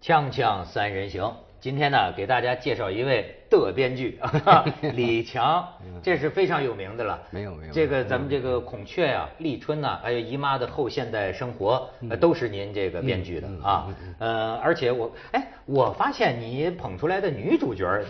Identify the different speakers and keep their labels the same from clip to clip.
Speaker 1: 锵锵三人行，今天呢，给大家介绍一位的编 剧李强，这是非常有名的了。
Speaker 2: 嗯没有没有
Speaker 1: 这个
Speaker 2: 没有？
Speaker 1: 咱们这个孔雀呀、立春呐、还有姨妈的后现代生活，呃都是您这个编剧的啊。呃，而且我哎，我发现你捧出来的女主角儿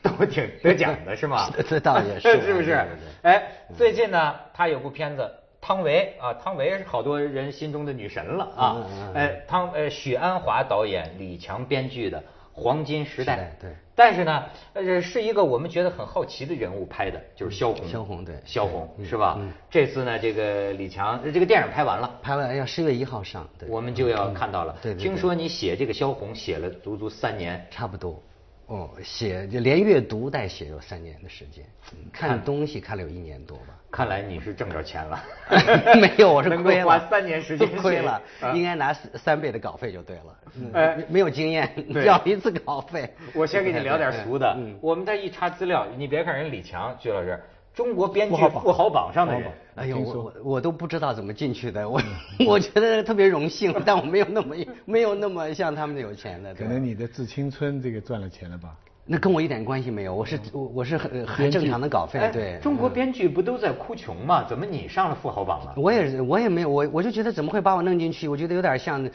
Speaker 1: 都挺得奖的，是吗
Speaker 2: 这倒也是啊
Speaker 1: 是不是
Speaker 2: 对对？
Speaker 1: 哎，
Speaker 2: 嗯
Speaker 1: 最近呢，她有部片子《汤唯》啊，汤唯是好多人心中的女神了啊
Speaker 2: 嗯嗯。嗯
Speaker 1: 哎，汤呃许鞍华导演、李强编剧的《黄金时
Speaker 2: 时
Speaker 1: 代
Speaker 2: 代》，对。
Speaker 1: 但是呢，呃，是一个我们觉得很好奇的人物拍的，就是萧红。
Speaker 2: 嗯萧红对
Speaker 1: 萧红
Speaker 2: 嗯
Speaker 1: 是吧
Speaker 2: 嗯？
Speaker 1: 这次呢，这个李强呃这个电影拍完了，
Speaker 2: 拍完要十月一号上，对，嗯
Speaker 1: 我们就要看到了。
Speaker 2: 对对对
Speaker 1: 听说你写这个萧红写了足足三年，
Speaker 2: 差不多。哦，写就连阅读带写有三年的时间，
Speaker 1: 嗯
Speaker 2: 看东西看了有一年多吧。
Speaker 1: 看来你是挣着钱了。
Speaker 2: 没有，我是
Speaker 1: 能够
Speaker 2: 亏了，
Speaker 1: 花三年时间
Speaker 2: 亏
Speaker 1: 写
Speaker 2: 了
Speaker 1: 啊，
Speaker 2: 应该拿三三倍的稿费就对了。嗯
Speaker 1: 哎
Speaker 2: 没没有经验
Speaker 1: 对，
Speaker 2: 要一次稿费。
Speaker 1: 我先跟你聊点俗的
Speaker 2: 嗯。
Speaker 1: 我们这一查资料，你别看人李强，徐老师，中国编剧
Speaker 2: 富豪榜
Speaker 1: 富豪榜上的人。
Speaker 2: 哎呦，我我我都不知道怎么进去的，我
Speaker 1: 嗯
Speaker 2: 我觉得特别荣幸， 但我没有那么没有那么像他们有钱的。
Speaker 3: 可
Speaker 2: 对吧
Speaker 3: 能你的《致青春》这个赚了钱了吧？
Speaker 2: 那跟我一点关系没有，我是我我是很很
Speaker 3: 编剧
Speaker 2: 正常的稿费
Speaker 1: 哎，
Speaker 2: 对。嗯
Speaker 1: 中国编剧不都在哭穷吗？怎么你上了富豪榜了？
Speaker 2: 我也是，我也没有，我我就觉得怎么会把我弄进去？我觉得有点像，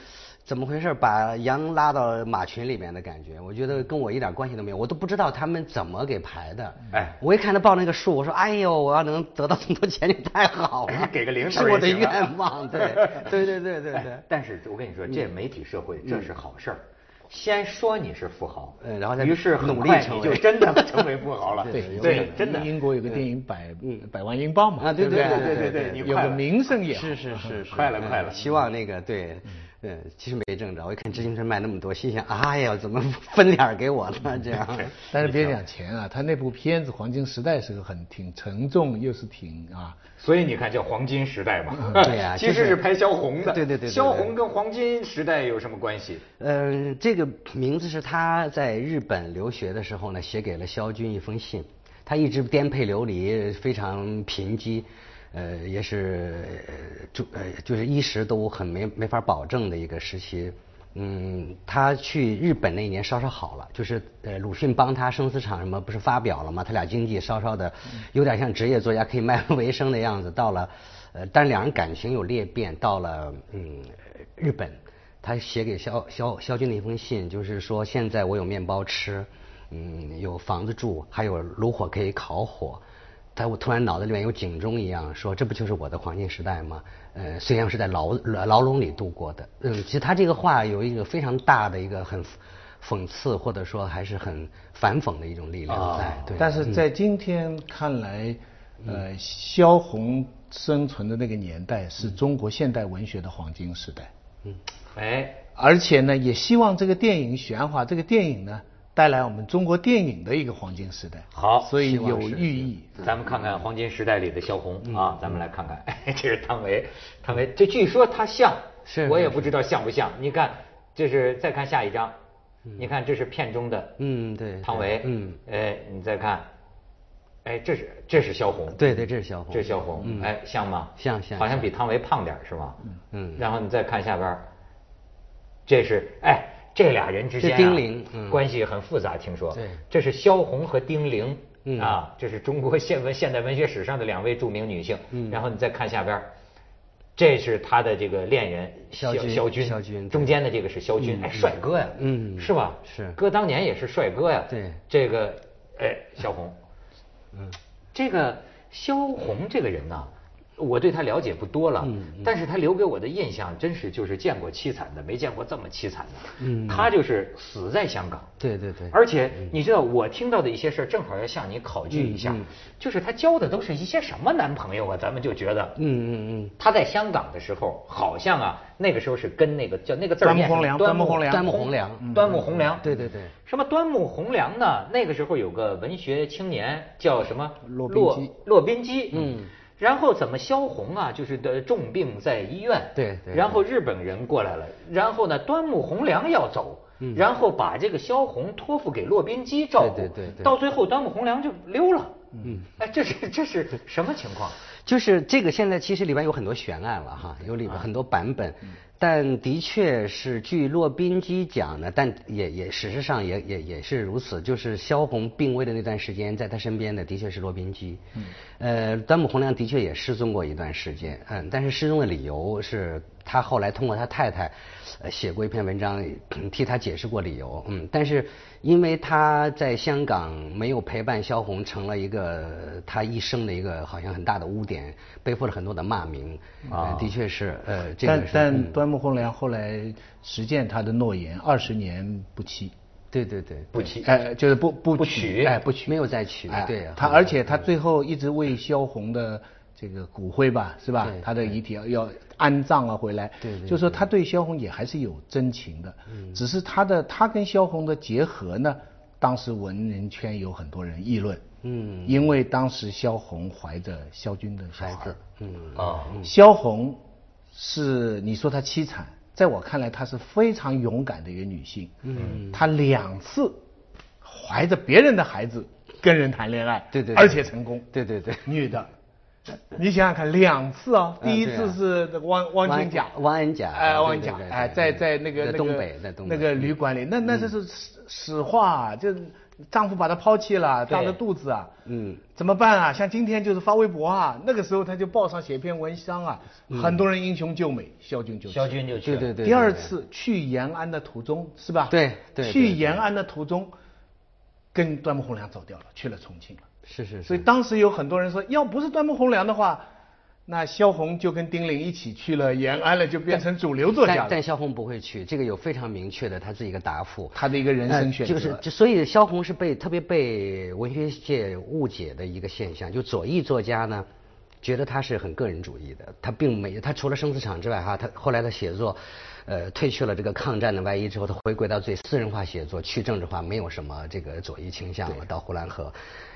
Speaker 2: 怎么回事？把羊拉到马群里面的感觉。我觉得跟我一点关系都没有，我都不知道他们怎么给排的。
Speaker 1: 哎
Speaker 2: 我一看他报那个数，我说：“哎呦，我要能得到这么多钱就 太好了。”
Speaker 1: 给个零头
Speaker 2: 是我的
Speaker 1: 也行啊
Speaker 2: 愿望。对， 对对对对对
Speaker 1: 哎。但是我跟你说，
Speaker 2: 嗯
Speaker 1: 这媒体社会这是好事儿。先说你是富豪，
Speaker 2: 嗯然后再
Speaker 1: 于是很
Speaker 2: 努力
Speaker 1: 快
Speaker 2: 成
Speaker 1: 你
Speaker 2: 为
Speaker 1: 就真的成为富豪了。
Speaker 2: 对有可
Speaker 1: 对，
Speaker 2: 能
Speaker 1: 真的。
Speaker 3: 英国有个电影百呃百万英镑嘛，
Speaker 2: 啊对
Speaker 3: 不
Speaker 2: 对对
Speaker 1: 对对对你
Speaker 3: 有
Speaker 1: 快
Speaker 3: 个
Speaker 1: 了
Speaker 3: 名声也好
Speaker 2: 是是是，是
Speaker 1: 快了快了
Speaker 2: 嗯希望那个对，嗯，其实没挣着。我一看《致青春》卖那么多，心想：“哎呀，怎么分点儿给我呢？” 这样。
Speaker 3: 但是别讲钱啊，他那部片子《黄金时代》是个很挺沉重，又是挺啊，
Speaker 1: 所以你看，叫黄金时代嘛，
Speaker 2: 嗯对 呀
Speaker 1: 其实
Speaker 2: 就是
Speaker 1: 是拍萧红的，
Speaker 2: 对对对对对
Speaker 1: 萧红跟黄金时代有什么关系？
Speaker 2: 嗯，这个名字是他在日本留学的时候呢，写给了萧军一封信。他一直颠沛流离，非常贫瘠，呃，也是呃就呃就是衣食都很没没法保证的一个时期。嗯，他去日本那一年稍稍好了，就是呃鲁迅帮他生死场什么不是发表了吗？他俩经济稍稍的有点像职业作家可以卖 为生的样子。到了呃，但两人感情有裂变，到了嗯日本。他写给萧萧萧军的一封信，就是说现在我有面包吃，嗯，有房子住，还有炉火可以烤火。他我突然脑子里面有警钟一样，说这不就是我的黄金时代吗？呃，虽然是在牢牢笼里度过的，嗯，其实他这个话有一个非常大的一个很讽刺，或者说还是很反讽的一种力量在。对，
Speaker 3: 啊
Speaker 2: 嗯
Speaker 3: 但是在今天看来，呃，萧红生存的那个年代是中国现代文学的黄金时代。
Speaker 1: 哎，
Speaker 3: 而且呢，也希望这个电影《许鞍华》这个电影呢，带来我们中国电影的一个黄金时代。
Speaker 1: 好
Speaker 3: 所以
Speaker 2: 希望
Speaker 3: 有
Speaker 2: 是
Speaker 3: 寓意。
Speaker 1: 咱们看看黄金时代里的萧红
Speaker 2: 嗯
Speaker 1: 啊，咱们来看 看，哎，这是汤唯，汤唯，这据说她像，
Speaker 2: 是
Speaker 1: 我也
Speaker 2: 是
Speaker 1: 不知道像不像。你看，这是再看下一张，你看这是片中的
Speaker 2: 嗯，对，
Speaker 1: 汤唯，
Speaker 2: 嗯，，
Speaker 1: 哎，你再看，哎，这是这是萧红，
Speaker 2: 对对，这是萧红，嗯
Speaker 1: 这是萧红，哎，像吗？
Speaker 2: 像像
Speaker 1: 好像比汤唯胖点儿是吧？
Speaker 2: 嗯
Speaker 1: 然后你再看下边儿，这是哎，这俩人之间、啊、
Speaker 2: 这丁玲嗯
Speaker 1: 关系很复杂，听说。
Speaker 2: 对
Speaker 1: 这是萧红和丁玲。
Speaker 2: 嗯
Speaker 1: 啊，这是中国现文现代文学史上的两位著名女性。
Speaker 2: 嗯
Speaker 1: 然后你再看下边儿，这是他的这个恋人
Speaker 2: 萧军
Speaker 1: 萧军，
Speaker 2: 萧军对
Speaker 1: 中间的这个是萧军，哎，帅哥呀，
Speaker 2: 嗯
Speaker 1: 是吧？
Speaker 2: 是
Speaker 1: 哥当年也是帅哥呀。
Speaker 2: 对嗯
Speaker 1: 这个哎，萧红，这个萧红这个人呐、我对她了解不多了，
Speaker 2: 嗯
Speaker 1: 但是她留给我的印象真是就是见过凄惨的，没见过这么凄惨的。
Speaker 2: 嗯
Speaker 1: 她就是死在香港。
Speaker 2: 对对对
Speaker 1: 而且你知道，我听到的一些事儿，正好要向你考据一下，就是她交的都是一些什么男朋友啊？咱们就觉得，
Speaker 2: 嗯嗯嗯，
Speaker 1: 她在香港的时候，好像啊，那个时候是跟那个叫那个字儿
Speaker 3: 端木
Speaker 1: 念什么
Speaker 3: 蕻良
Speaker 1: 端
Speaker 3: 端木
Speaker 1: 木
Speaker 3: 蕻良
Speaker 2: 端木蕻良
Speaker 1: 嗯端木蕻良，
Speaker 2: 对对对。
Speaker 1: 什么端木蕻良呢？那个时候有个文学青年叫什么
Speaker 3: 骆宾基
Speaker 1: 骆宾基，嗯。然后怎么萧红啊，就是的重病在医院，
Speaker 2: 对对
Speaker 1: 然后日本人过来了，然后呢，端木蕻良要走，
Speaker 2: 嗯
Speaker 1: 然后把这个萧红托付给骆宾基照顾，
Speaker 2: 对对对对
Speaker 1: 到最后端木蕻良就溜了，嗯，哎，这是这是什么情况？
Speaker 2: 就是这个，现在其实里边有很多悬案了哈，有里边很多版本，但的确是据骆宾基讲呢，但也也事实上也也也是如此，就是萧红病危的那段时间，在他身边的的确是骆宾基，呃，端木蕻良的确也失踪过一段时间，嗯，但是失踪的理由是他后来通过他太太，呃，写过一篇文章替他解释过理由，嗯，但是因为他在香港没有陪伴萧红，成了一个他一生的一个好像很大的污点，背负了很多的骂名，啊、的确是，呃，这个
Speaker 3: 但
Speaker 2: 是，
Speaker 3: 但
Speaker 2: 嗯
Speaker 3: 端木蕻良后来实践他的诺言，二十年不妻，
Speaker 2: 对对对，
Speaker 1: 不起，
Speaker 3: 呃，就是不不
Speaker 1: 不娶
Speaker 3: 哎，不娶，
Speaker 2: 没有再娶，
Speaker 3: 哎
Speaker 2: 对，啊
Speaker 3: 他而且他最后一直为萧红的这个骨灰吧，是吧
Speaker 2: 对？
Speaker 3: 他的遗体要要安葬了回来，
Speaker 2: 对对嗯
Speaker 3: 就说他对萧红也还是有真情的，只是他的他跟萧红的结合呢，当时文人圈有很多人议论，
Speaker 2: 嗯，
Speaker 3: 因为当时萧红怀着萧军的小孩儿，
Speaker 2: 嗯
Speaker 1: 啊，
Speaker 3: 萧红是你说她凄惨，在我看来，她是非常勇敢的一个女性。嗯，她两次怀着别人的孩子跟人谈恋爱，
Speaker 2: 对对对
Speaker 3: 而且成功。
Speaker 2: 对对对，
Speaker 3: 女的，你想想看，两次啊，
Speaker 2: 嗯
Speaker 3: 第一次是汪汪清甲，
Speaker 2: 汪恩甲
Speaker 3: 哎，
Speaker 2: 对
Speaker 3: 汪恩甲
Speaker 2: 对对，对
Speaker 3: 哎，在在那个
Speaker 2: 在
Speaker 3: 那个
Speaker 2: 东北在东北嗯
Speaker 3: 那个旅馆里，那那这是史史话，啊就丈夫把她抛弃了，
Speaker 1: 对
Speaker 3: 大着肚子啊，
Speaker 2: 嗯，
Speaker 3: 怎么办啊？像今天就是发微博啊，那个时候他就报上写篇文章啊，
Speaker 2: 嗯
Speaker 3: 很多人英雄救美，萧军就去
Speaker 1: 萧军就去
Speaker 2: 对
Speaker 1: 了，
Speaker 2: 对对，
Speaker 3: 第二
Speaker 2: 对
Speaker 3: 次去延安的途中是吧？
Speaker 2: 对对对
Speaker 3: 去延安的途中，跟端木蕻良走掉了，去了重庆了。
Speaker 2: 是是
Speaker 3: 所以
Speaker 2: 是，
Speaker 3: 当时有很多人说，要不是端木蕻良的话，那萧红就跟丁玲一起去了延安了，就变成主流作家
Speaker 2: 但但
Speaker 3: 了。
Speaker 2: 萧红不会去，这个有非常明确的他自己一个答复。
Speaker 3: 他的一个人生选择，
Speaker 2: 呃就是就所以萧红是被特别被文学界误解的一个现象，就左翼作家呢。觉得他是很个人主义的，他并没他除了生死场之外哈，他后来的写作，呃，褪去了这个抗战的外衣之后，他回归到最私人化写作，去政治化，没有什么这个左翼倾向了。到呼兰河，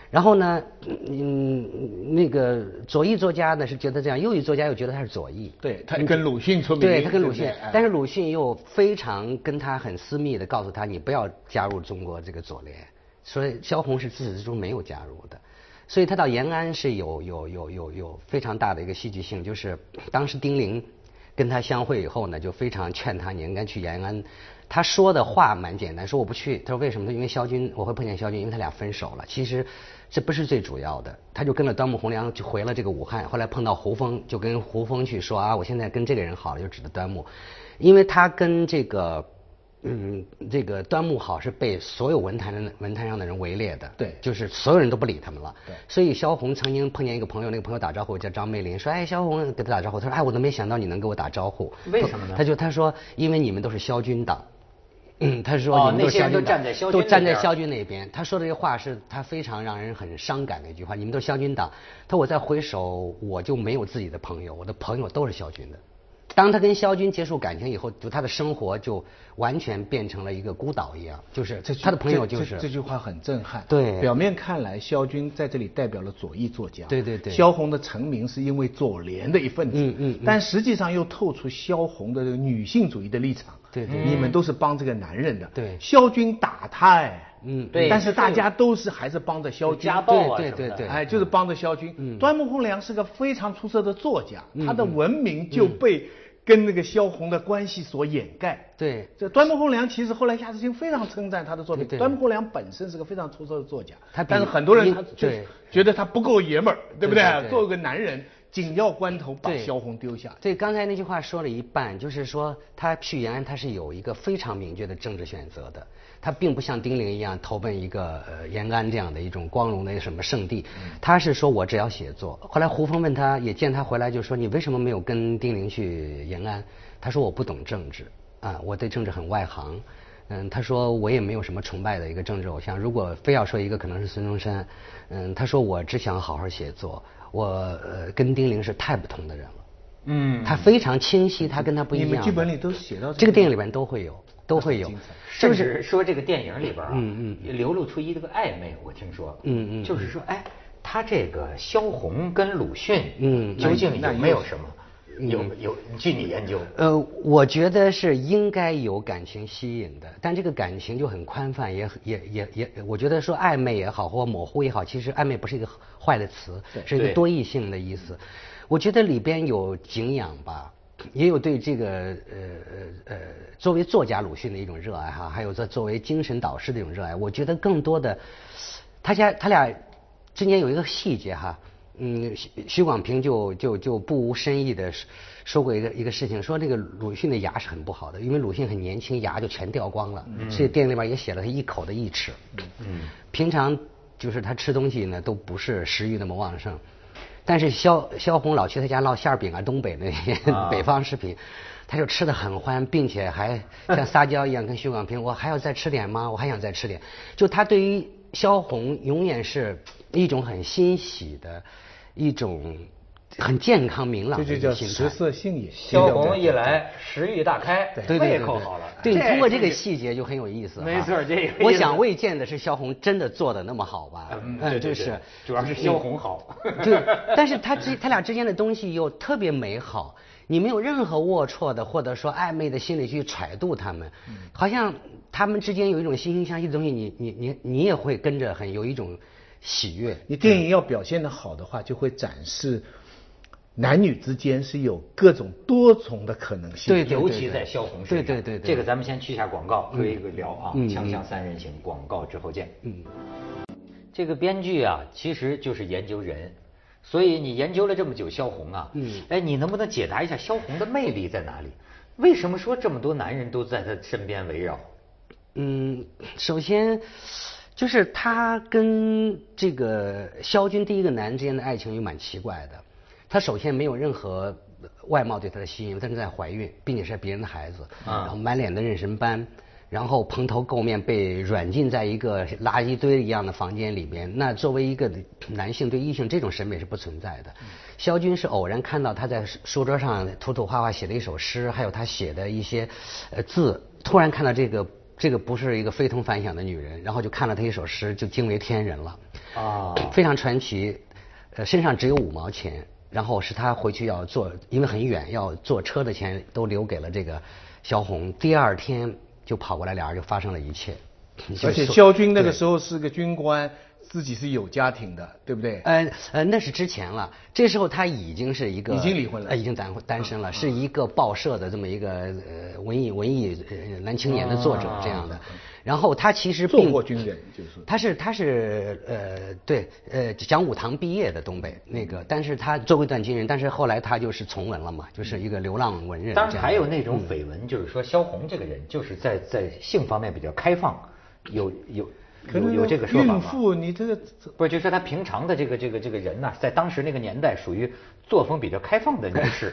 Speaker 2: 然后呢，嗯，那个左翼作家呢是觉得这样，右翼作家又觉得他是左翼，
Speaker 3: 对他跟鲁迅出名，
Speaker 2: 对他跟鲁
Speaker 3: 不
Speaker 2: 迅
Speaker 3: 对哎，
Speaker 2: 但是鲁迅又非常跟他很私密的告诉他，你不要加入中国这个左联，所以萧红是自始至终没有加入的，所以他到延安是有有有有有非常大的一个戏剧性，就是当时丁玲跟他相会以后呢，就非常劝他你应该去延安。他说的话蛮简单，说我不去。他说为什么呢？因为萧军我会碰见萧军，因为他俩分手了。其实这不是最主要的，他就跟了端木蕻良就回了这个武汉，后来碰到胡风，就跟胡风去说啊，我现在跟这个人好了，就指的端木，因为他跟这个。嗯，这个端木好是被所有文坛的文坛上的人围猎的，
Speaker 3: 对
Speaker 2: 就是所有人都不理他们了。
Speaker 3: 对
Speaker 2: 所以萧红曾经碰见一个朋友，那个朋友打招呼叫张妹林，说：“哎，萧红给他打招呼。”他说：“哎，我都没想到你能给我打招呼。”
Speaker 1: 为什么呢
Speaker 2: 他就他说：“因为你们都是萧军党。”嗯，他说
Speaker 1: 哦
Speaker 2: 你们都
Speaker 1: 那
Speaker 2: 是
Speaker 1: 些人都
Speaker 2: 军党
Speaker 1: 站在萧军
Speaker 2: 都
Speaker 1: 那
Speaker 2: 站在
Speaker 1: 边儿
Speaker 2: 萧军那边。他说这个话是他非常让人很伤感的一句话。你们都是萧军党，他说我再回首，我就没有自己的朋友，我的朋友都是萧军的。当他跟萧军结束感情以后，就他的生活就完全变成了一个孤岛一样，就是
Speaker 3: 这句
Speaker 2: 他的朋友就
Speaker 3: 这
Speaker 2: 是
Speaker 3: 这这句话很震撼。
Speaker 2: 对
Speaker 3: 表面看来，萧军在这里代表了左翼作家。
Speaker 2: 对对对
Speaker 3: 萧红的成名是因为左联的一份子。
Speaker 2: 嗯嗯嗯
Speaker 3: 但实际上又透出萧红的这个女性主义的立场。
Speaker 2: 对对嗯
Speaker 3: 你们都是帮这个男人的。
Speaker 2: 对
Speaker 3: 萧军打他哎。
Speaker 2: 嗯
Speaker 1: 对
Speaker 3: 但是大家都是还是帮着萧军。
Speaker 1: 家暴啊
Speaker 2: 对
Speaker 1: 什么
Speaker 2: 对
Speaker 1: 的
Speaker 2: 对嗯
Speaker 3: 哎，就是帮着萧军。端木蕻良是个非常出色的作家，他的文明就被跟那个萧红的关系所掩盖。
Speaker 2: 对
Speaker 3: 这端木蕻良其实后来夏志清非常称赞他的作品。
Speaker 2: 对对
Speaker 3: 端木蕻良本身是个非常出色的作家，
Speaker 2: 他比
Speaker 3: 但是很多人
Speaker 2: 因
Speaker 3: 他就
Speaker 2: 对
Speaker 3: 觉得他不够爷们儿，对不
Speaker 2: 对
Speaker 3: 对？
Speaker 2: 对对
Speaker 3: 作为个男人，紧要关头把
Speaker 2: 对
Speaker 3: 萧红丢下。
Speaker 2: 对，刚才那句话说了一半，就是说他去延安，他是有一个非常明确的政治选择的，他并不像丁玲一样投奔一个呃延安这样的一种光荣的什么圣地，他是说我只要写作。后来胡风问他，也见他回来就说你为什么没有跟丁玲去延安？他说我不懂政治啊，我对政治很外行。嗯，他说我也没有什么崇拜的一个政治偶像，如果非要说一个，可能是孙中山。嗯，他说我只想好好写作，我呃跟丁玲是太不同的人了。
Speaker 1: 嗯，
Speaker 2: 他非常清晰，他跟他不一
Speaker 3: 你
Speaker 2: 样的。
Speaker 3: 们剧本里都写到
Speaker 2: 这个电影里边都会有，都会有
Speaker 3: 很精彩，
Speaker 1: 甚
Speaker 2: 就是
Speaker 1: 至说这个电影里边啊，
Speaker 2: 嗯
Speaker 1: 流露出一个暧昧，我听说，
Speaker 2: 嗯嗯
Speaker 1: 就是说，哎，他这个萧红跟鲁迅，
Speaker 2: 嗯
Speaker 1: 究竟有没有什么？有有，据你研究，
Speaker 2: 呃，我觉得是应该有感情吸引的，但这个感情就很宽泛，也很也也也，我觉得说暧昧也好，或模糊也好，其实暧昧不是一个坏的词，是一个
Speaker 1: 对
Speaker 2: 多义性的意思。我觉得里边有敬仰吧，也有对这个呃呃呃，作为作家鲁迅的一种热爱哈，还有在作为精神导师的一种热爱。我觉得更多的，他家他俩之间有一个细节哈，嗯，徐徐广平就就就不无深意的说过一个一个事情，说那个鲁迅的牙是很不好的，因为鲁迅很年轻，牙就全掉光了，
Speaker 1: 嗯
Speaker 2: 所以店里边也写了他一口的义齿。嗯，平常就是他吃东西呢都不是食欲那么旺盛，但是萧萧红老去他家烙馅儿饼啊，东北那些
Speaker 1: 啊
Speaker 2: 北方食品，他就吃的很欢，并且还像撒娇一样跟徐广平，我还要再吃点吗？我还想再吃点。就他对于萧红永远是一种很欣喜的，一种很健康明朗
Speaker 3: 这
Speaker 2: 的
Speaker 3: 就
Speaker 2: 一
Speaker 3: 叫
Speaker 2: 种心
Speaker 3: 食
Speaker 2: 态。
Speaker 3: 色性也。
Speaker 1: 萧红一来，食欲大开，
Speaker 2: 对对
Speaker 1: 胃
Speaker 2: 对
Speaker 1: 口好了。
Speaker 2: 对，通过这个细节就很有意思哈。
Speaker 1: 没错这个意思
Speaker 2: 我想未见的是萧红真的做的那么好吧？
Speaker 1: 嗯对对
Speaker 2: 就
Speaker 1: 对
Speaker 2: 是
Speaker 1: 主要是萧红好
Speaker 2: 对，但是他之他俩之间的东西又特别美好，你没有任何龌龊的或者说暧昧的心理去揣度他们，好像他们之间有一种惺惺相惜的东西，你你你你也会跟着很有一种喜悦。
Speaker 3: 你电影要表现的好的话，就会展示男女之间是有各种多重的可能性。
Speaker 2: 对对对
Speaker 1: 尤其在萧红身上。
Speaker 2: 对对对嗯对
Speaker 1: 这个咱们先去一下广告，回一个聊啊。锵锵三人行，广告之后见。嗯，这个编剧啊，其实就是研究人。所以你研究了这么久萧红啊，嗯，哎，你能不能解答一下萧红的魅力在哪里？为什么说这么多男人都在她身边围绕？
Speaker 2: 嗯，首先就是他跟这个萧军第一个男人之间的爱情也蛮奇怪的。他首先没有任何外貌对他的吸引，但是在怀孕，并且是别人的孩子，
Speaker 1: 啊
Speaker 2: 然后满脸的妊娠斑，然后蓬头垢面被软禁在一个垃圾堆一样的房间里面。那作为一个男性对异性这种审美是不存在的。萧军是偶然看到他在书桌上涂涂画画写的一首诗，还有他写的一些呃字，突然看到这个。这个不是一个非同凡响的女人，然后就看了她一首诗，就惊为天人了。
Speaker 1: 啊
Speaker 2: 非常传奇，呃，身上只有五毛钱，然后是他回去要坐，因为很远要坐车的钱都留给了这个萧红。第二天就跑过来，俩人就发生了一切。
Speaker 3: 而且萧军那个时候是个军官，自己是有家庭的，对不对？
Speaker 2: 呃呃，那是之前了。这时候他已经是一个
Speaker 3: 已经离婚了嗯
Speaker 2: 呃已经单单身了，是一个报社的这么一个呃文艺文艺呃男青年的作者这样的。然后他其实并
Speaker 3: 啊做过军人就是
Speaker 2: 他是他是呃对呃讲武堂毕业的东北那
Speaker 1: 嗯
Speaker 2: 个，但是他做过一段军人，但是后来他就是从文了嘛，就是一个流浪文人这
Speaker 1: 当
Speaker 2: 样的。嗯
Speaker 1: 然还有那种绯闻，就是说萧红这个人就是在在性方面比较开放，有有有有这个说法
Speaker 3: 孕
Speaker 1: 吗？
Speaker 3: 妇，你这个
Speaker 1: 不是，就说她平常的这个这个这个人呐，在当时那个年代属于作风比较开放的女 士。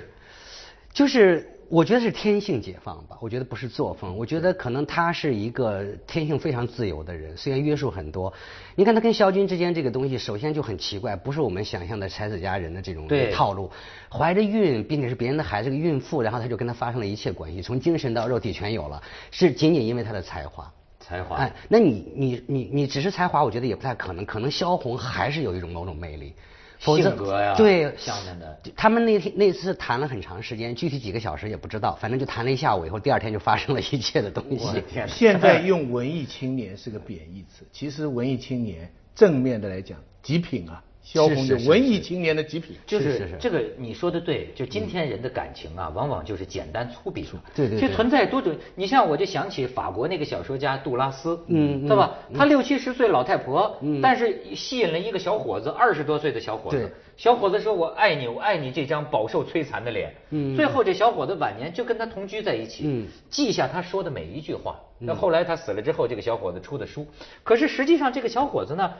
Speaker 2: 就是我觉得是天性解放吧，我觉得不是作风，我觉得可能他是一个天性非常自由的人，虽然约束很多。你看他跟萧军之间这个东西，首先就很奇怪，不是我们想象的才子佳人的这种
Speaker 1: 对
Speaker 2: 套路。怀着孕，并且是别人的孩子，是个孕妇，然后他就跟他发生了一切关系，从精神到肉体全有了，是仅仅因为他的才华。
Speaker 1: 才华
Speaker 2: 哎，那你你你你只是才华，我觉得也不太可能，可能萧红还是有一种某种魅力，否则
Speaker 1: 性格呀
Speaker 2: 对，
Speaker 1: 像他的
Speaker 2: 他们那天那次谈了很长时间，具体几个小时也不知道，反正就谈了一下午以后，第二天就发生了一切的东
Speaker 1: 我的
Speaker 2: 西。
Speaker 1: 天哪！
Speaker 3: 现在用文艺青年是个贬义词，其实文艺青年正面的来讲，极品啊，萧红
Speaker 2: 是
Speaker 3: 就是
Speaker 2: 是
Speaker 3: 文艺青年的极品。
Speaker 1: 就是
Speaker 2: 是是
Speaker 1: 这个你说的对，就今天人的感情啊，往往就是简单粗鄙。
Speaker 2: 对对对
Speaker 1: 这存在多种。你像我就想起法国那个小说家杜拉斯，嗯，对吧？她六七十岁老太婆，但是吸引了一个小伙子，二十多岁的小伙
Speaker 2: 对
Speaker 1: 子。小伙子说：“我爱你，我爱你这张饱受摧残的脸。”嗯，最后这小伙子晚年就跟他同居在一起，
Speaker 2: 嗯，
Speaker 1: 记下他说的每一句话。那后来他死了之后，这个小伙子出的书，可是实际上这个小伙子呢，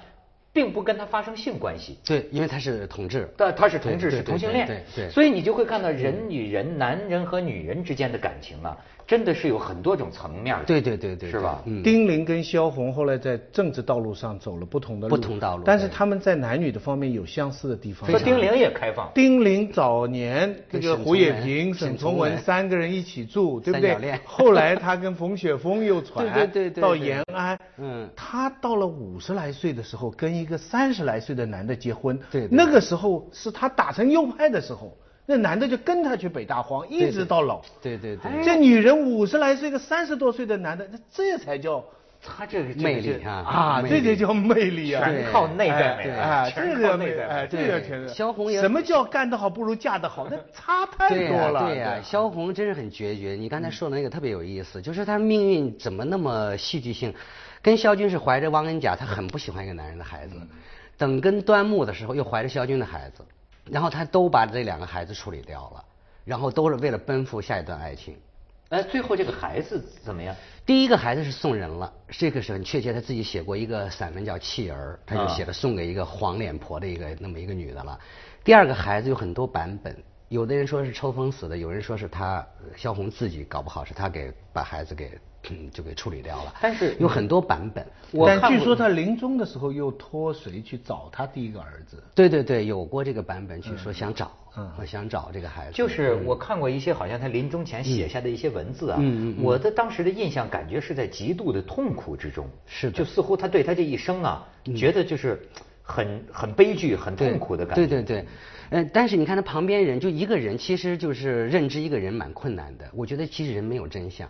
Speaker 1: 并不跟他发生性关系。
Speaker 2: 对，因为他是同志。
Speaker 1: 但他是同
Speaker 2: 对
Speaker 1: 志，
Speaker 2: 对
Speaker 1: 是同性
Speaker 2: 对
Speaker 1: 恋，
Speaker 2: 对对
Speaker 1: 所以你就会看到人与人、男人和女人之间的感情啊，真的是有很多种层面的，
Speaker 2: 对对对对，
Speaker 1: 是吧？
Speaker 2: 嗯，
Speaker 3: 丁玲跟萧红后来在政治道路上走了不同的
Speaker 2: 不
Speaker 3: 路，
Speaker 2: 同道路
Speaker 3: 但是
Speaker 2: 对
Speaker 3: 他们在男女的方面有相似的地方。
Speaker 1: 说丁玲也开放，
Speaker 3: 丁玲早年这个胡也平、
Speaker 2: 跟沈从文
Speaker 3: 沈从
Speaker 2: 沈
Speaker 3: 文
Speaker 2: 从文
Speaker 3: 三个人一起住，对
Speaker 2: 三
Speaker 3: 不对
Speaker 2: 角恋？
Speaker 3: 后来他跟冯雪峰又传，
Speaker 2: 对对对对
Speaker 3: 到
Speaker 2: 对
Speaker 3: 延安，
Speaker 2: 嗯
Speaker 3: 他到了五十来岁的时候，跟一个三十来岁的男的结婚，
Speaker 2: 对对
Speaker 3: 那个时候是他打成右派的时候，那男的就跟他去北大荒，一直到老。
Speaker 2: 对哎对对，
Speaker 3: 这女人五十来岁，个三十多岁的男的，那这才叫
Speaker 1: 他这个
Speaker 2: 魅力啊
Speaker 3: 啊，
Speaker 2: 魅
Speaker 3: 这
Speaker 2: 力
Speaker 3: 就叫魅力啊！
Speaker 1: 全靠内在美
Speaker 3: 哎
Speaker 1: 了，
Speaker 3: 哎
Speaker 1: 全
Speaker 3: 这
Speaker 1: 靠
Speaker 3: 个
Speaker 1: 内
Speaker 3: 魅
Speaker 1: 在
Speaker 3: 哎，
Speaker 1: 美。
Speaker 3: 这个全是。
Speaker 2: 萧红也
Speaker 3: 什么叫干得好不如嫁得好？那差太
Speaker 2: 对
Speaker 3: 多
Speaker 2: 呀
Speaker 3: 了。
Speaker 2: 对呀、萧红真是很决绝。你刚才说的那个特别有意思，就是她命运怎么那么戏剧性？跟萧军是怀着汪恩甲，她很不喜欢一个男人的孩子。
Speaker 3: 嗯
Speaker 2: 等跟端木的时候，又怀着萧军的孩子，然后她都把这两个孩子处理掉了，然后都是为了奔赴下一段爱情。
Speaker 1: 哎，最后这个孩子怎么样？
Speaker 2: 第一个孩子是送人了，这个是很确切，他自己写过一个散文叫《弃
Speaker 1: 啊
Speaker 2: 儿》，他就写了送给一个黄脸婆的一个那么一个女的了。第二个孩子有很多版本，有的人说是抽风死的，有人说是他呃萧红自己搞不好，是他给把孩子给、嗯就给处理掉了。
Speaker 1: 但是
Speaker 2: 有很多版本，
Speaker 1: 我
Speaker 3: 但
Speaker 1: 看
Speaker 3: 据
Speaker 1: 过
Speaker 3: 说他临终的时候又托谁去找他第一个儿子？
Speaker 2: 对对对，有过这个版本去说想找，
Speaker 3: 嗯
Speaker 2: 我想找这个孩子，
Speaker 1: 就是我看过一些好像他临终前写下的一些文字啊，
Speaker 2: 嗯嗯嗯
Speaker 1: 我的当时的印象感觉是在极度的痛苦之中，
Speaker 2: 是的嗯
Speaker 1: 就似乎他对他这一生啊，觉得就是很很悲剧、很
Speaker 2: 对
Speaker 1: 痛苦的感觉。
Speaker 2: 对对对，呃，但是你看他旁边人，就一个人，其实就是认知一个人蛮困难的。我觉得其实人没有真相，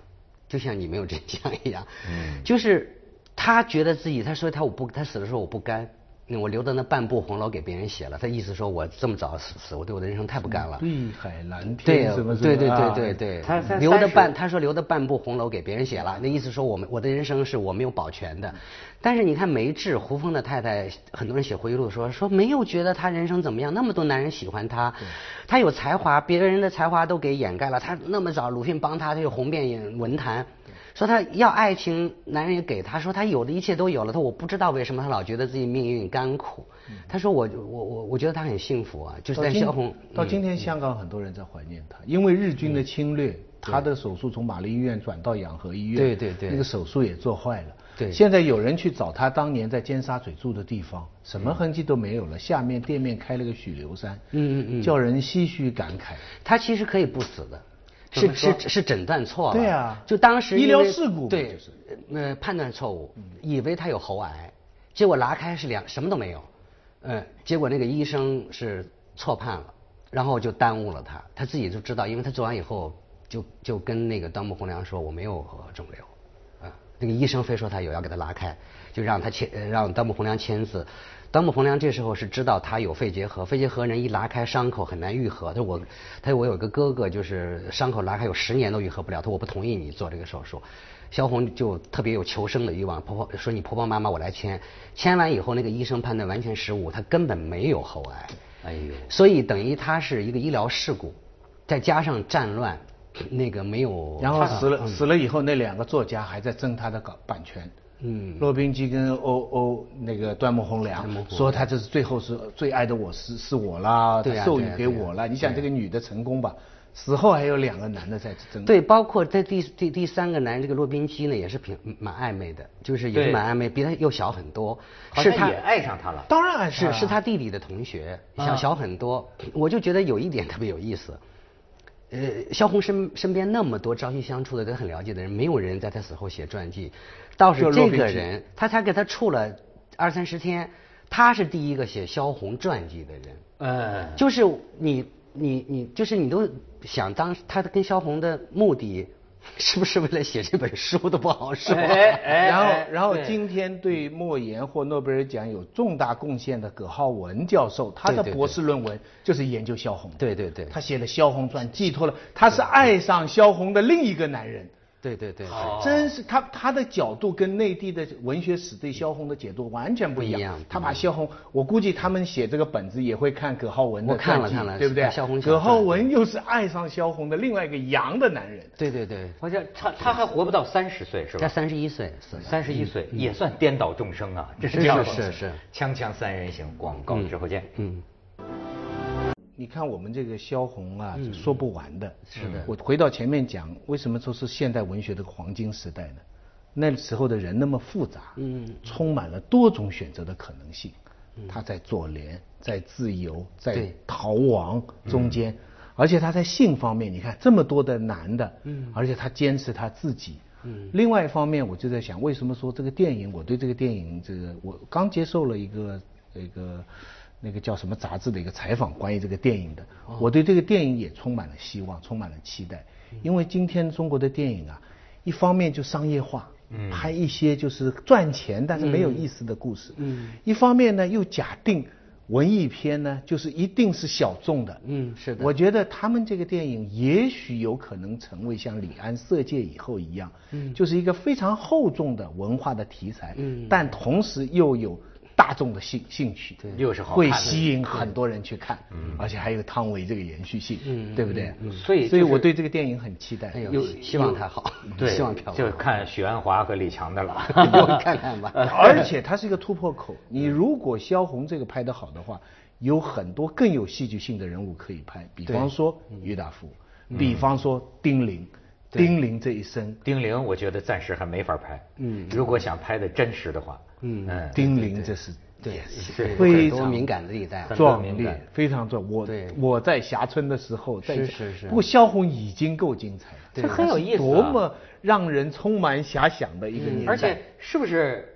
Speaker 2: 就像你没有真相一样。
Speaker 1: 嗯
Speaker 2: 就是他觉得自己，他说他我不，他死的时候我不甘。那我留到那半部红楼给别人写了，他意思说我这么早死死，我对我的人生太不甘了。
Speaker 1: 嗯
Speaker 3: 碧海蓝
Speaker 2: 对
Speaker 3: 天，什么什么
Speaker 2: 对对
Speaker 3: 啊
Speaker 2: 对对对，
Speaker 1: 他他
Speaker 2: 留的
Speaker 1: 30
Speaker 2: 半，他说留的半部红楼给别人写了，那意思说我们我的人生是我没有保全的。但是你看梅志胡风的太太，很多人写回忆录说说没有觉得他人生怎么样，那么多男人喜欢他，他有才华，别人的才华都给掩盖了，他那么早鲁迅帮他，他又红遍演文坛。说他要爱情，男人也给他说他有的一切都有了，他我不知道为什么他老觉得自己命运甘苦。他说我我我我觉得他很幸福啊，就是
Speaker 3: 嗯到
Speaker 2: 在
Speaker 3: 今
Speaker 2: 萧红
Speaker 3: 到
Speaker 2: 嗯
Speaker 3: 今天，香港很多人在怀念他，因为日军的侵略，他的手术从玛丽医院转到养和医院，
Speaker 2: 对对对
Speaker 3: 那个手术也做坏了。
Speaker 2: 对
Speaker 3: 现在有人去找他当年在尖沙咀住的地方，什
Speaker 2: 嗯
Speaker 3: 么痕迹都没有了，下面店面开了个许留山，
Speaker 2: 嗯嗯嗯
Speaker 3: 叫人唏嘘感慨。
Speaker 2: 他其实可以不死的，
Speaker 1: 怎
Speaker 2: 是
Speaker 1: 么说
Speaker 2: 是是诊断错了。
Speaker 3: 对啊
Speaker 2: 就当时因为
Speaker 3: 医疗事故嘛
Speaker 2: 对
Speaker 3: 就是，嗯
Speaker 2: 呃，判断错误，以为他有喉癌，结果拉开是两什么都没有，呃，结果那个医生是错判了，然后就耽误了他，他自己就知道，因为他做完以后就就跟那个端木蕻良说我没有呃肿瘤。啊，那个医生非说他有要给他拉开，就让他签，呃让端木蕻良签字。端木蕻良这时候是知道他有肺结核，肺结核人一拉开伤口很难愈合。他说我，他说我有个哥哥就是伤口拉开有十年都愈合不了，他说我不同意你做这个手术。萧红就特别有求生的欲望，婆婆说你婆婆妈妈我来签，签完以后那个医生判断完全失误，他根本没有喉癌。
Speaker 1: 哎呦，
Speaker 2: 所以等于他是一个医疗事故，再加上战乱，那个没有，
Speaker 3: 然后哦死了死了以后，那两个作家还在争他的稿版权。
Speaker 2: 嗯
Speaker 3: 骆宾基跟欧欧那个端木蕻良说他这是最后是最爱的我是是我啦，
Speaker 2: 对啊
Speaker 3: 他授
Speaker 2: 对
Speaker 3: 予
Speaker 2: 啊
Speaker 3: 给
Speaker 2: 对啊
Speaker 3: 我了。你想这个女的成功吧，死后还有两个男的在争。
Speaker 2: 对，包括这第第第三个男人，这个洛宾基呢，也是挺蛮暧昧的，就是也是
Speaker 1: 对
Speaker 2: 蛮暧昧，比他又小很多，
Speaker 1: 好
Speaker 2: 是
Speaker 1: 像
Speaker 2: 他
Speaker 1: 也爱上他了。嗯
Speaker 3: 当然
Speaker 2: 是
Speaker 3: 是
Speaker 2: 是他弟弟的同学，小小很多。我就觉得有一点特别有意思，呃，萧红身身边那么多朝夕相处的、跟他很了解的人，没有人在他死后写传记，倒是
Speaker 3: 就
Speaker 2: 这
Speaker 3: 洛宾
Speaker 2: 个
Speaker 3: 基
Speaker 2: 人，他才给他处了二三十天，他是第一个写萧红传记的人。
Speaker 1: 嗯，
Speaker 2: 呃就是你你你，就是你都想当他跟萧红的目的，是不是为了写这本书都不好说。
Speaker 1: 哎
Speaker 3: 然
Speaker 1: 哎
Speaker 3: 后，然后
Speaker 1: 对
Speaker 3: 今天对莫言或诺贝尔奖有重大贡献的葛浩文教授，他的
Speaker 2: 对对对
Speaker 3: 博士论文就是研究萧红的。
Speaker 2: 对对对
Speaker 3: 他写了《萧红传》，寄托了他是爱上萧红的另一个男人。
Speaker 2: 对对对，
Speaker 1: 好哦
Speaker 3: 真是他他的角度跟内地的文学史对萧红的解读完全不一
Speaker 2: 不
Speaker 3: 样。
Speaker 2: 一样
Speaker 3: 他把萧红，我估计他们写这个本子也会看葛浩文的
Speaker 2: 我看了
Speaker 3: 传记
Speaker 2: 看了
Speaker 3: 对不对？
Speaker 2: 萧红小
Speaker 3: 葛浩
Speaker 2: 传
Speaker 3: 文又是爱上萧红的另外一个阳的男人。
Speaker 2: 对对对，
Speaker 1: 好像他他还活不到三十岁是
Speaker 2: 他
Speaker 1: 吧？
Speaker 2: 三十一岁死了。
Speaker 1: 三十一岁也算颠倒众生啊，这
Speaker 2: 是
Speaker 1: 这样
Speaker 2: 是是
Speaker 1: 锵锵三人行，广告之后见。
Speaker 2: 嗯，
Speaker 3: 你看我们这个萧红啊，就说不完的。是的。我回到前面讲，为什么说是现代文学的黄金时代呢？那时候的人那么复杂，嗯，充满了多种选择的可能性。他在左联，在自由，在
Speaker 2: 对
Speaker 3: 逃亡中间，而且他在性方面，你看这么多的男的，嗯，而且他坚持他自己。嗯，另外一方面，我就在想，为什么说这个电影？我对这个电影，这个我刚接受了一个一个那个叫什么杂志的一个采访，关于这个电影的。我对这个电影也充满了希望，充满了期待，因为今天中国的电影啊，一方面就商业化，拍一些就是赚钱但是没有意思的故
Speaker 2: 嗯
Speaker 3: 事，
Speaker 1: 嗯
Speaker 3: 一方面呢又假定文艺片呢就是一定是小众的，
Speaker 2: 嗯是的
Speaker 3: 我觉得他们这个电影也许有可能成为像李安《色戒》以后一样，
Speaker 1: 嗯
Speaker 3: 就是一个非常厚重的文化的题材，但同时又有大众的兴兴趣，对
Speaker 1: 又是好
Speaker 3: 会
Speaker 1: 看的嗯
Speaker 3: 吸引很多人去看，而且还有汤唯这个延续性，
Speaker 2: 嗯
Speaker 3: 对不对？
Speaker 1: 所以
Speaker 3: 所以
Speaker 1: 就是
Speaker 3: 我对这个电影很期待。
Speaker 2: 哎呦，希望他好，
Speaker 1: 对，
Speaker 2: 希望他好。
Speaker 1: 就看许鞍华和李强的了。
Speaker 2: 看看吧。
Speaker 1: 呃
Speaker 3: 而且它是一个突破口。你如果萧红这个拍得好的话，有很多更有戏剧性的人物可以拍，比方说郁达夫，
Speaker 1: 嗯
Speaker 3: 比方说丁玲，丁玲这一生，
Speaker 1: 丁玲，我觉得暂时还没法拍。嗯，如果想拍的真实的话，嗯嗯，
Speaker 3: 丁玲这是
Speaker 2: 对，
Speaker 1: 是
Speaker 2: 很
Speaker 3: 非
Speaker 2: 多
Speaker 3: 常
Speaker 2: 敏感的地带。啊
Speaker 1: 很多
Speaker 3: 壮
Speaker 1: 敏
Speaker 3: 烈
Speaker 1: 感，
Speaker 3: 非常壮。我
Speaker 2: 对
Speaker 3: 我在霞村的时候，在
Speaker 2: 是是是
Speaker 3: 不过萧红已经够精彩了，
Speaker 1: 对这很有意思啊嗯
Speaker 3: 多么让人充满遐想的一个年代。
Speaker 1: 而且是不是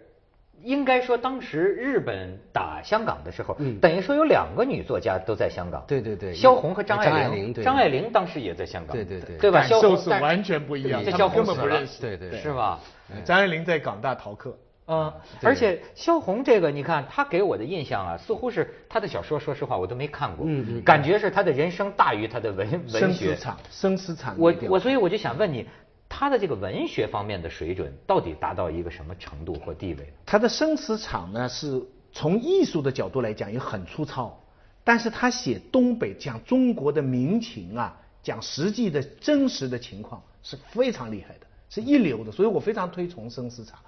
Speaker 1: 应该说当时日本打香港的时候，
Speaker 2: 嗯
Speaker 1: 等于说有两个女作家都在香港。
Speaker 2: 对对对
Speaker 1: 萧红和张
Speaker 2: 张
Speaker 1: 爱
Speaker 2: 爱玲对
Speaker 1: 张爱玲当时也在香港。
Speaker 2: 对对对
Speaker 1: 对吧？
Speaker 3: 感
Speaker 1: 萧红
Speaker 3: 受是
Speaker 1: 但
Speaker 3: 完全不一样
Speaker 1: 这
Speaker 3: 他们
Speaker 1: 萧红
Speaker 3: 根本
Speaker 1: 死
Speaker 3: 不
Speaker 1: 了
Speaker 3: 认识
Speaker 2: 对对对
Speaker 1: 是吧？
Speaker 3: 张爱玲在港大逃课，
Speaker 1: 嗯，而且萧红这个，你看她给我的印象啊，似乎是她的小说，说实话我都没看过，
Speaker 2: 嗯
Speaker 1: 感觉是她的人生大于她的文文
Speaker 3: 生死
Speaker 1: 学。
Speaker 3: 场，生死场
Speaker 1: 我
Speaker 3: 那个
Speaker 1: 我所以我就想问你，她的这个文学方面的水准到底达到一个什么程度或地位呢？
Speaker 3: 他的生死场呢，是从艺术的角度来讲也很粗糙，但是他写东北讲中国的民情啊，讲实际的真实的情况是非常厉害的，是一流的，所以我非常推崇生死场。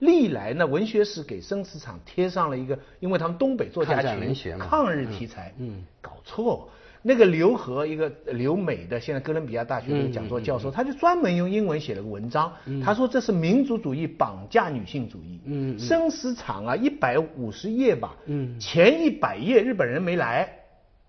Speaker 3: 历来呢，文学史给生死场贴上了一个，因为他们东北作家
Speaker 2: 抗战文学
Speaker 3: 群
Speaker 2: 嘛
Speaker 3: 抗日题材，嗯，搞错。那个刘和，一个留美的，现在哥伦比亚大学的讲座教
Speaker 2: 嗯
Speaker 3: 授，他就专门用英文写了个文章，他说这是民族主义绑架女性主义。嗯，生死场啊，一百五十页吧，嗯，前一百页日本人没来，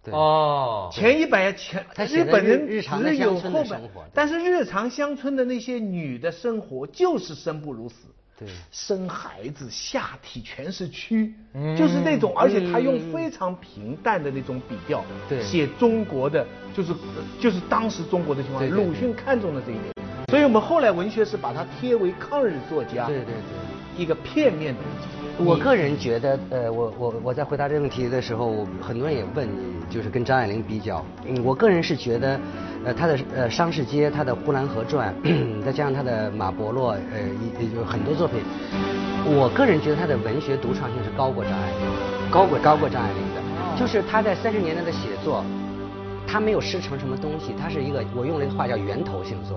Speaker 2: 对
Speaker 1: 哦，
Speaker 3: 前一百前
Speaker 2: 他写
Speaker 3: 日
Speaker 2: 的
Speaker 3: 本人
Speaker 2: 日日常的
Speaker 3: 只有
Speaker 2: 乡村的
Speaker 3: 后
Speaker 2: 生
Speaker 3: 半
Speaker 2: 活对，
Speaker 3: 但是日常乡村的那些女的生活就是生不如死，
Speaker 2: 对，
Speaker 3: 生孩子下体全是蛆，
Speaker 2: 嗯
Speaker 3: 就是那种，而且他用非常平淡的那种笔调，
Speaker 2: 对
Speaker 3: 写中国的，就是就是当时中国的情况，
Speaker 2: 对对对
Speaker 3: 鲁迅看中了这一点，所以我们后来文学是把它贴为抗日作家，
Speaker 2: 对对对
Speaker 3: 一个片面的。
Speaker 2: 我个人觉得，呃，我我我在回答这个问题的时候，我很多人也问，就是跟张爱玲比较，嗯，我个人是觉得，呃，她的呃《商市街》、她的《呼兰河传》， 再加上她的《马伯洛》，呃，也也有很多作品，我个人觉得她的文学独创性是高过张爱玲，高过高过张爱玲的，就是她在三十年代的写作，她没有师承什么东西，她是一个我用了一个话叫源头性作